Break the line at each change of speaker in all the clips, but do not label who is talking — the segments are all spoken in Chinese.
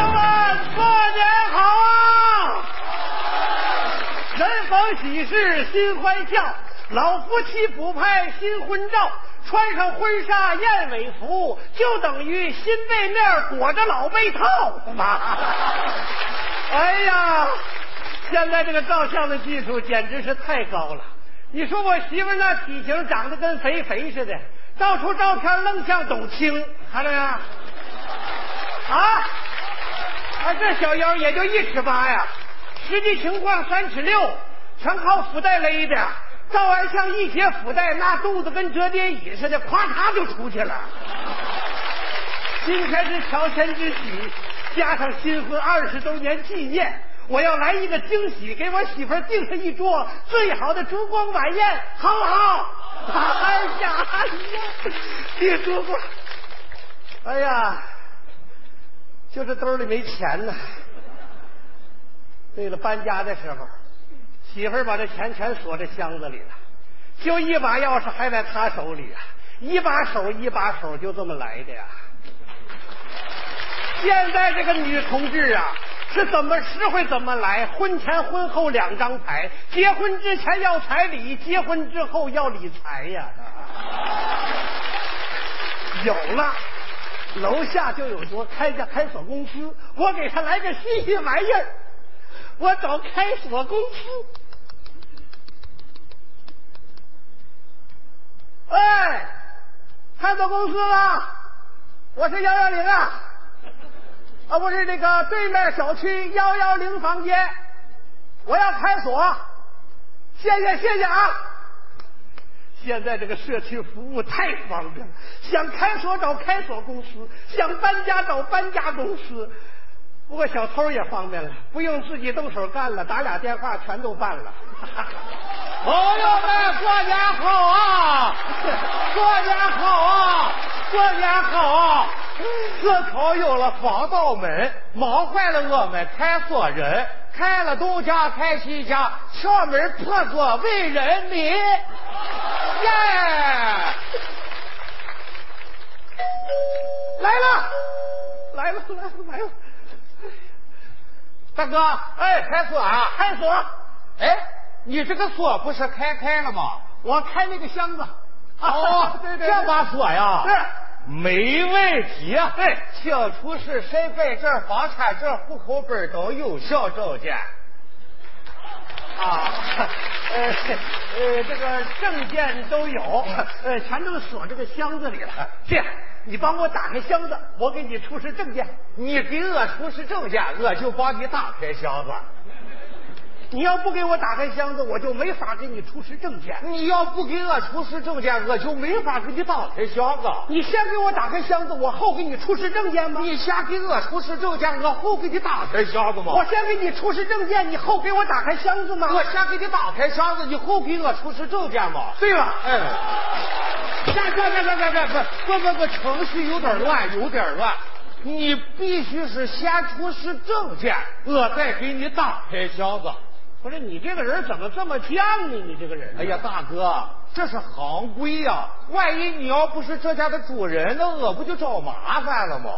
上啊喜事新欢笑，老夫妻不拍新婚照。穿上婚纱燕尾服，就等于新被面裹着老被套。妈， 哎呀，现在这个照相的技术简直是太高了。你说我媳妇那体型长得跟肥肥似的，照出照片愣像董卿，看到没有？啊，啊，这小腰也就一尺八呀，实际情况三尺六，全靠福袋勒的。照完像一节福袋，那肚子跟折叠椅似的，咵嚓就出去了。今天是乔迁之喜，加上新婚二十周年纪念，我要来一个惊喜，给我媳妇儿订上一桌最好的烛光晚宴，好不好？ 哎呀，哎呀，这烛光，哎呀，就是兜里没钱呢。对了，搬家的时候。媳妇儿把这钱全锁在箱子里了，就一把钥匙还在他手里啊，一把手一把手就这么来的呀。现在这个女同志啊，是怎么实惠怎么来，婚前婚后两张牌，结婚之前要彩礼，结婚之后要理财呀。有了，楼下就有桌开家开锁公司，我给他来个新鲜玩意儿。我找开锁公司。哎，开锁公司了，我是幺幺零啊，啊不是那个对面小区幺幺零房间，我要开锁，谢谢谢谢啊！现在这个社区服务太方便了，想开锁找开锁公司，想搬家找搬家公司。不过小偷也方便了，不用自己动手干了，打俩电话全都办了。
朋友们，过年 好啊！过年好啊！过年好啊！自从有了防盗门，忙坏了我们开锁人，开了东家开西家，敲门破锁为人民， 耶、
来了，来了，来了，来了。
大哥，哎，开锁啊！
开锁！
哎，你这个锁不是开开了吗？
我开那个箱子。
哦，
对对，
这把锁呀，
是
没问题啊。
对，
请出示身份证、房产证、户口本等有效证件。
啊， 呃呃，这个证件都有，
嗯
呃，全都锁这个箱子里了。这样，你帮我打开箱子，我给你出示证件。
你给我出示证件，我就帮你打开箱子。
你要不给我打开箱子，我就没法给你出示证件。
你要不给我出示证件，我就没法给你打开箱子。
你先给我打开箱子，我后给你出示证件吗？
你先给我出示证件，我后给你打开箱子吗？
我先给你出示证件，你后给我打开箱子吗？
我先给你打开箱子，你后给我出示证件吗？
对吧？
哎，
嗯
别别别别别别不不不，程序有点乱，有点乱。你必须是先出示证件，我再给你打开箱子。
不是你这个人怎么这么犟呢？你这个人，
哎呀，大哥，这是行规呀、啊！万一你要不是这家的主人，那我不就找麻烦了吗？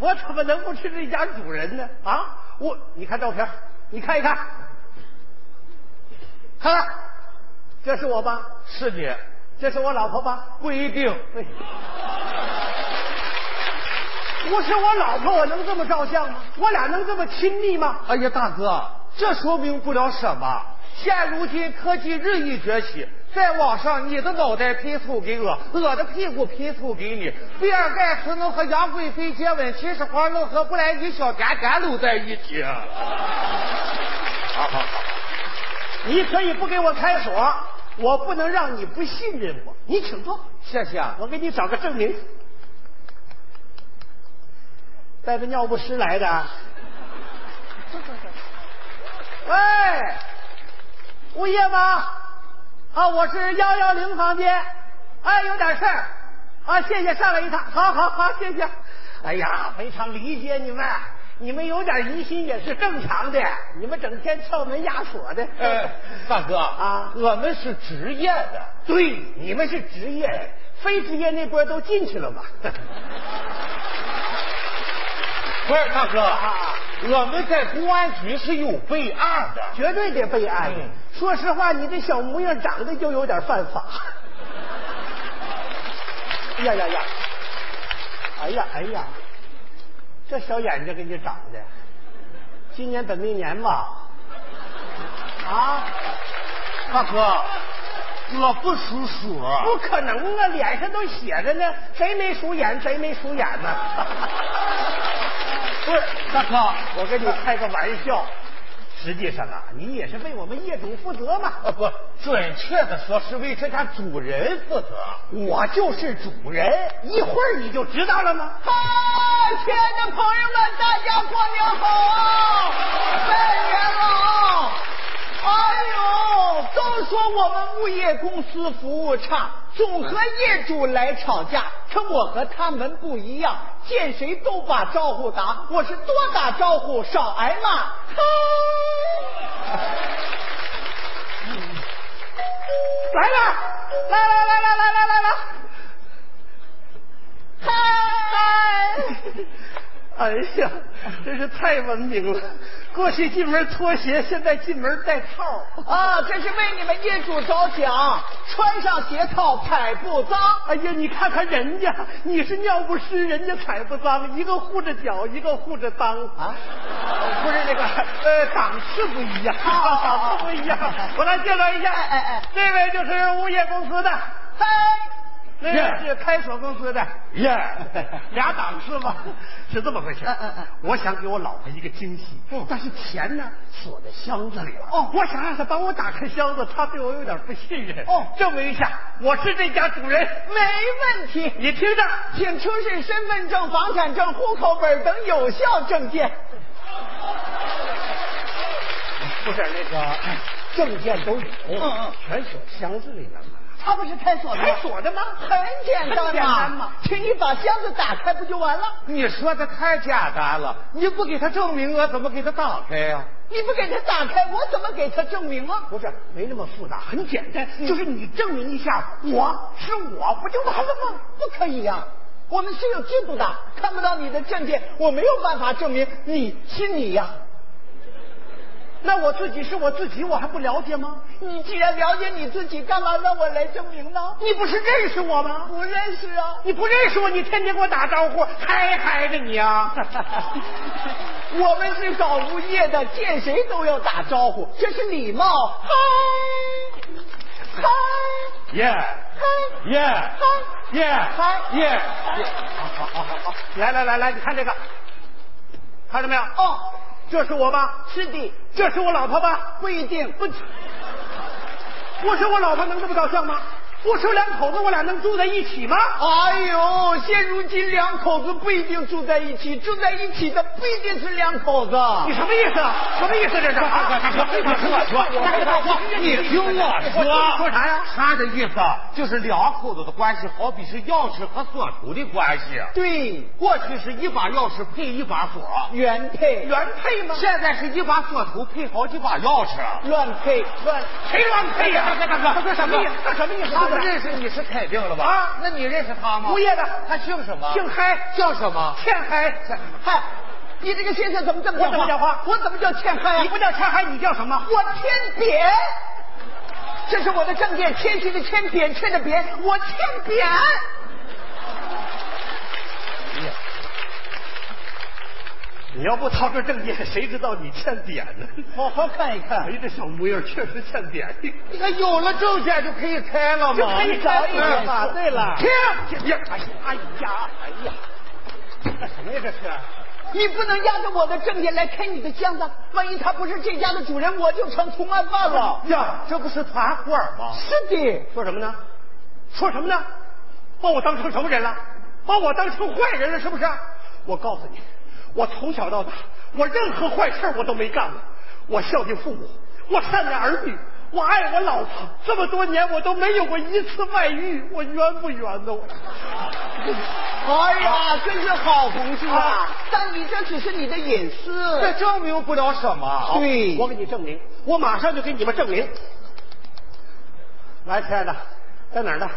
我怎么能不是这家主人呢？啊，我你看照片，你看一看，看看，这是我吧？
是你，
这是我老婆吧？
不一定，
哎、不是我老婆，我能这么照相吗？我俩能这么亲密吗？
哎呀，大哥。这说明不了什么。现如今科技日益崛起，在网上你的脑袋拼凑给我，我的屁股拼凑给你。比尔盖茨能和杨贵妃接吻，秦始皇能和布莱尼小甜甜搂在一起。啊
你可以不给我开锁，我不能让你不信任我。你请坐，
谢啊谢。
我给你找个证明，带着尿不湿来的。啊 坐坐坐。喂，物业吗？啊，我是幺幺零房间，哎，有点事儿，啊，谢谢上来一趟，好好好，谢谢。哎呀，非常理解你们，你们有点疑心也是正常的，你们整天撬门压锁的。
呃，大哥
啊，
我们是职业的，
对，你们是职业的，非职业那波都 进去了吧？
不是，大哥。
啊
我们在公安局是有备案的。
绝对得备案。
嗯
说实话，你这小模样长得就有点犯法。 呀呀呀！哎呀哎呀，这小眼睛给你长的，今年本命年吧？啊，
大哥，我不属鼠。
不可能啊，脸上都写着呢，谁没鼠眼，谁没鼠眼呢、
不是，大哥，
我跟你开个玩笑，实际上啊，你也是为我们业主负责嘛。
呃不，准确的说是为这家主人负责。
我就是主人，一会儿你就知道了吗？
嗨，亲爱的朋友们，大家过年好啊！拜年了啊！哎呦，都说我们物业公司服务差，总和业主来吵架，可我和他们不一样，见谁都把招呼打，我是多打招呼少挨骂。嗨
来了，来来来来来来来
嗨。
来，哎呀，真是太文明了！过去进门脱鞋，现在进门带套。
啊，这是为你们业主着想，穿上鞋套踩不脏。
哎呀，你看看人家，你是尿不湿，人家踩不脏，一个护着脚，一个护着裆啊！不是那个，呃，档次不一样，
啊
档次不一样。我来介绍一下，
哎哎哎
这位就是物业公司的，
嗨，
那位是开锁公司的。
耶、
俩档次嘛，是这么回事。
嗯嗯嗯嗯
我想给我老婆一个惊喜，但是钱呢锁在箱子里了。哦，我想让她帮我打开箱子，她对我有点不信任。
哦
证明一下我是这家主人。
没问题，
你听着，
请出示身份证、房产证、户口本等有效证件。
不是那个证件都有，
嗯嗯
全哎锁箱子里了嘛。
他不是开锁的吗？
开锁的吗
很简单嘛，
很简单嘛
请你把箱子打开不就完了？
你说的太简单了，你不给他证明，
啊
我怎么给他打开呀、
你不给他打开，我怎么给他证明啊？嗯
不是，没那么复杂，很简单，就是你证明一下我是我，不就完了吗？
不可以呀、我们是有制度的，看不到你的证件，我没有办法证明你是你呀、
那我自己是我自己，我还不了解吗？
你既然了解你自己，干嘛让我来证明呢？
你不是认识我吗？
不认识啊！
你不认识我，你天天给我打招呼，嗨嗨的 你啊！
我们是搞物业的，见谁都要打招呼，这是礼貌。嗨，嗨，
耶
嗨，
耶
嗨，
耶
嗨
耶！
好好好好，来来来来，你看这个，看到没有？
哦，
这是我吧？
是的，
这是我老婆吧？
不一定，不，
我是我老婆能这么照相吗？我是两口子，我俩能住在一起吗？
哎呦，现如今两口子不一定住在一起，住在一起的不一定是两口子。
你什么意思？啊？什么意思这是？啊
大哥，大哥，你听我说，你听我说，
说啥呀？
他的意思就是两口子的关系，好比是钥匙和锁头的关系。
对，
过去是一把钥匙配一把锁，
原配，
原配吗？
现在是一把锁头配好几把钥匙。
乱配，乱。哎
谁乱配呀？
大哥，大哥，
什
大
么
哥
意思？这什么意思？
他不认识你是肯定了吧？
啊
那你认识他吗？
物业的
哎
他姓什么？
姓嗨，
叫什么？
欠嗨。
嗨，你这个先生怎么这么
我怎么讲话
我怎么叫欠嗨啊？
你不叫欠嗨，你叫什么？
我天扁，这是我的证件，谦虚的谦，扁鹊的扁，我欠扁。
你要不掏出证件，谁知道你欠点呢？
好好看一看
哎，这小模样确实欠点。
那有了证件就可以开了吗？
就可以找一个嘛
嗯
对了
停！
哎呀，哎呀，哎呀，那什么呀这是？
你不能压着我的证件来开你的箱子，万一他不是这家的主人，我就成通案犯了。
哎呀，这不是团伙吗？
是的，
说什么呢？说什么呢？把我当成什么人了？把我当成坏人了是不是？我告诉你，我从小到大，我任何坏事我都没干过。我孝敬父母，我善待儿女，我爱我老婆。这么多年我都没有过一次外遇，我冤不冤呢？我。
哎呀，真是好同志
啊
啊！但你这只是你的隐
这
私，
证明不了什么。
对
我给你证明，我马上就给你们证明。来，亲爱的，在哪儿呢？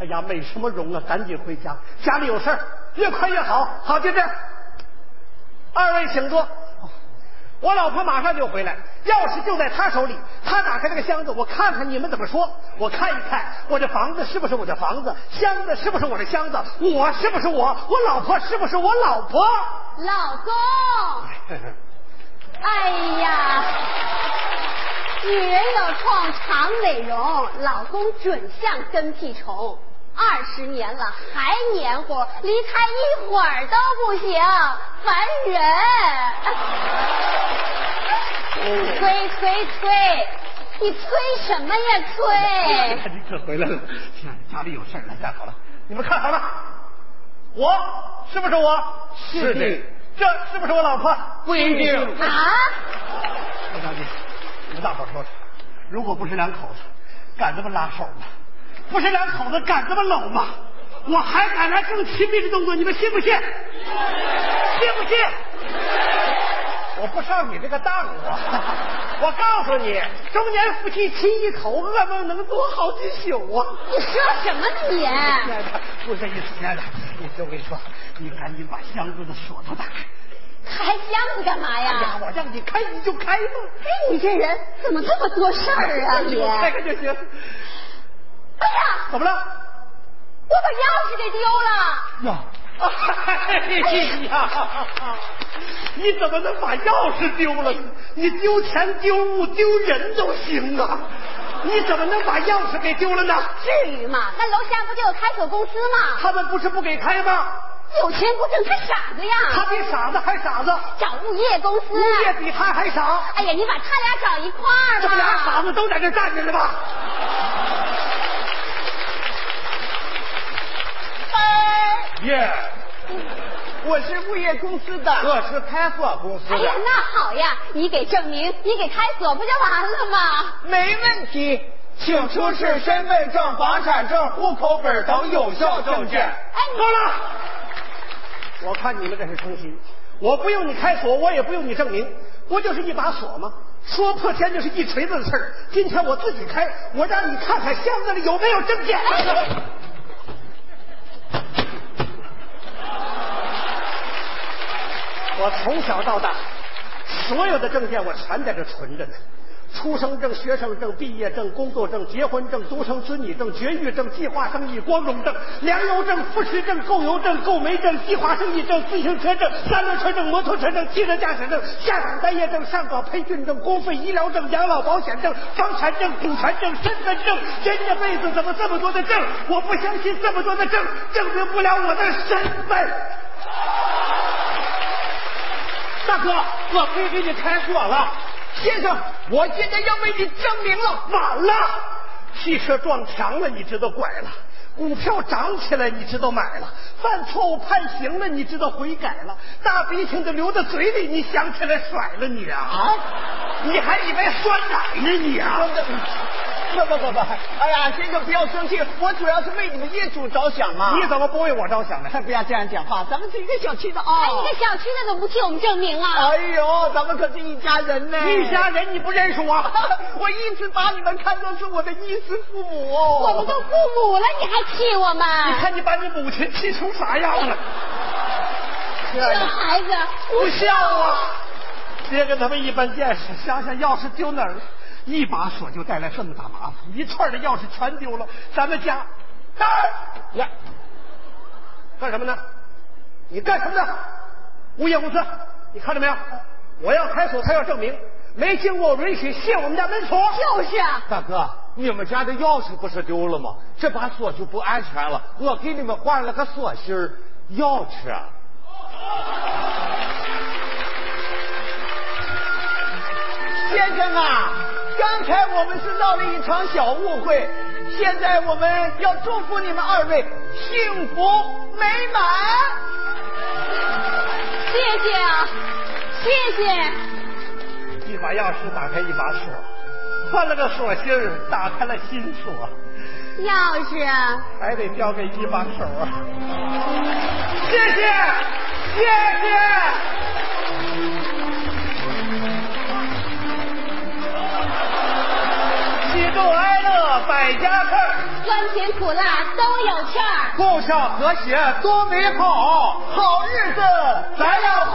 哎呀，美什么容啊！赶紧回家，家里有事儿，越快越好。好，就这样。二位请坐。我老婆马上就回来，钥匙就在她手里。她打开这个箱子，我看看你们怎么说。我看一看，我这房子是不是我的房子，箱子是不是我的箱子，我是不是我，我老婆是不是我老婆？
老公，哎呀，女人有创长美容，老公准像跟屁虫。二十年了还黏糊，离开一会儿都不行，烦人！催催催，你催什么呀？
哎
催！
你可回来了，亲爱的，家里有事儿来站好了。你们看好了，我是不是我？
是的
这是不是我老婆？
不一定
啊？
不着急，你们大伙儿说说，如果不是两口子，敢这么拉手吗？不是两口子敢这么搂吗？我还敢来更亲密的动作，你们信不信？信不信？我不上你这个当啊！我告诉你，中年夫妻亲一口，噩梦能做好几宿啊！
你说什么呢你？
亲爱的，不是这意思，亲爱的，你听我跟你说，你赶紧把箱子的锁头打开。
开箱子干嘛
哎呀
呀，？
我让你开你就开吧。
哎，你这人怎么这么多事儿啊你？
开
哎
开就行。
呀，
怎么了？
我把钥匙给丢了。
呀，哎呀，你怎么能把钥匙丢了呢？你丢钱、丢物、丢人都行啊！你怎么能把钥匙给丢了呢？
至于吗？那楼下不就有开锁公司吗？
他们不是不给开吗？
有钱不挣，他傻子
他
呀！
比傻子还傻子，
找物业公司。啊
物业比他还傻，
哎呀，你把他俩找一块儿吧。
这不俩傻子都在这站着呢吗？
耶，
我是物业公司的，
我是开锁公司
哎呀，
的，
那好呀，你给证明，你给开锁不就完了吗？
没问题，请出示身份证、房产证、户口本等有效证件。
哎，
够了！我看你们这是成心，我不用你开锁，我也不用你证明，不就是一把锁吗？说破天就是一锤子的事儿。今天我自己开，我让你看看箱子里有没有证件。我从小到大，所有的证件我全在这存着呢。出生证、学生证、毕业证、工作证、结婚证、独生子女证、绝育证、计划生育、光荣证、粮油证、扶持证、购油证、购煤证、计划生育证、自行车证、三轮车证、摩托车证、汽车驾驶证、下岗待业证、上岗培训证、公费医疗证、养老保险证、房产证、股权证、身份证。人这辈子怎么这么多的证？我不相信这么多的证证明不了我的身份。大哥，我可以给你开锁了。先生，我现在要为你证明了。晚了，汽车撞墙了，你知道拐了；股票涨起来，你知道买了；犯错误判刑了，你知道悔改了；大鼻涕子流到嘴里，你想起来甩了你啊！啊
哎
你还以为酸奶呢你啊？
不不不不，哎呀，先生不要生气，我主要是为你们业主着想啊。
你怎么 不为我着想呢？
哎不要这样讲话，咱们是一个小区的啊。
哎，一个小区的怎么不替我们证明啊？
哦
哎呦，咱们可是一家人呢。
一家人你不认识我？
我一直把你们看作是我的衣食父母。
我们都父母了，你还气我们？
你看你把你母亲气成啥样了？
这孩子
不像啊！别跟他们一般见识，想想钥匙丢哪儿了，一把锁就带来这么大麻烦，一串的钥匙全丢了，咱们家干呀！干什么呢？你干什么呢？物业公司，你看着没有？我要开锁，他要证明，没经过我允许卸我们家门锁。
就是啊，
大哥，你们家的钥匙不是丢了吗？这把锁就不安全了，我给你们换了个锁芯儿，钥匙啊。
先生啊，刚才我们是闹了一场小误会，现在我们要祝福你们二位幸福美满。
谢谢啊，谢谢。
一把钥匙打开一把锁，换了个锁芯儿，打开了新锁，
钥匙啊，
还得交给一把手啊！谢谢，谢谢。喜怒哀乐百家事儿，
酸甜苦辣都有趣儿。
共享和谐多美好，
好日子，
咱要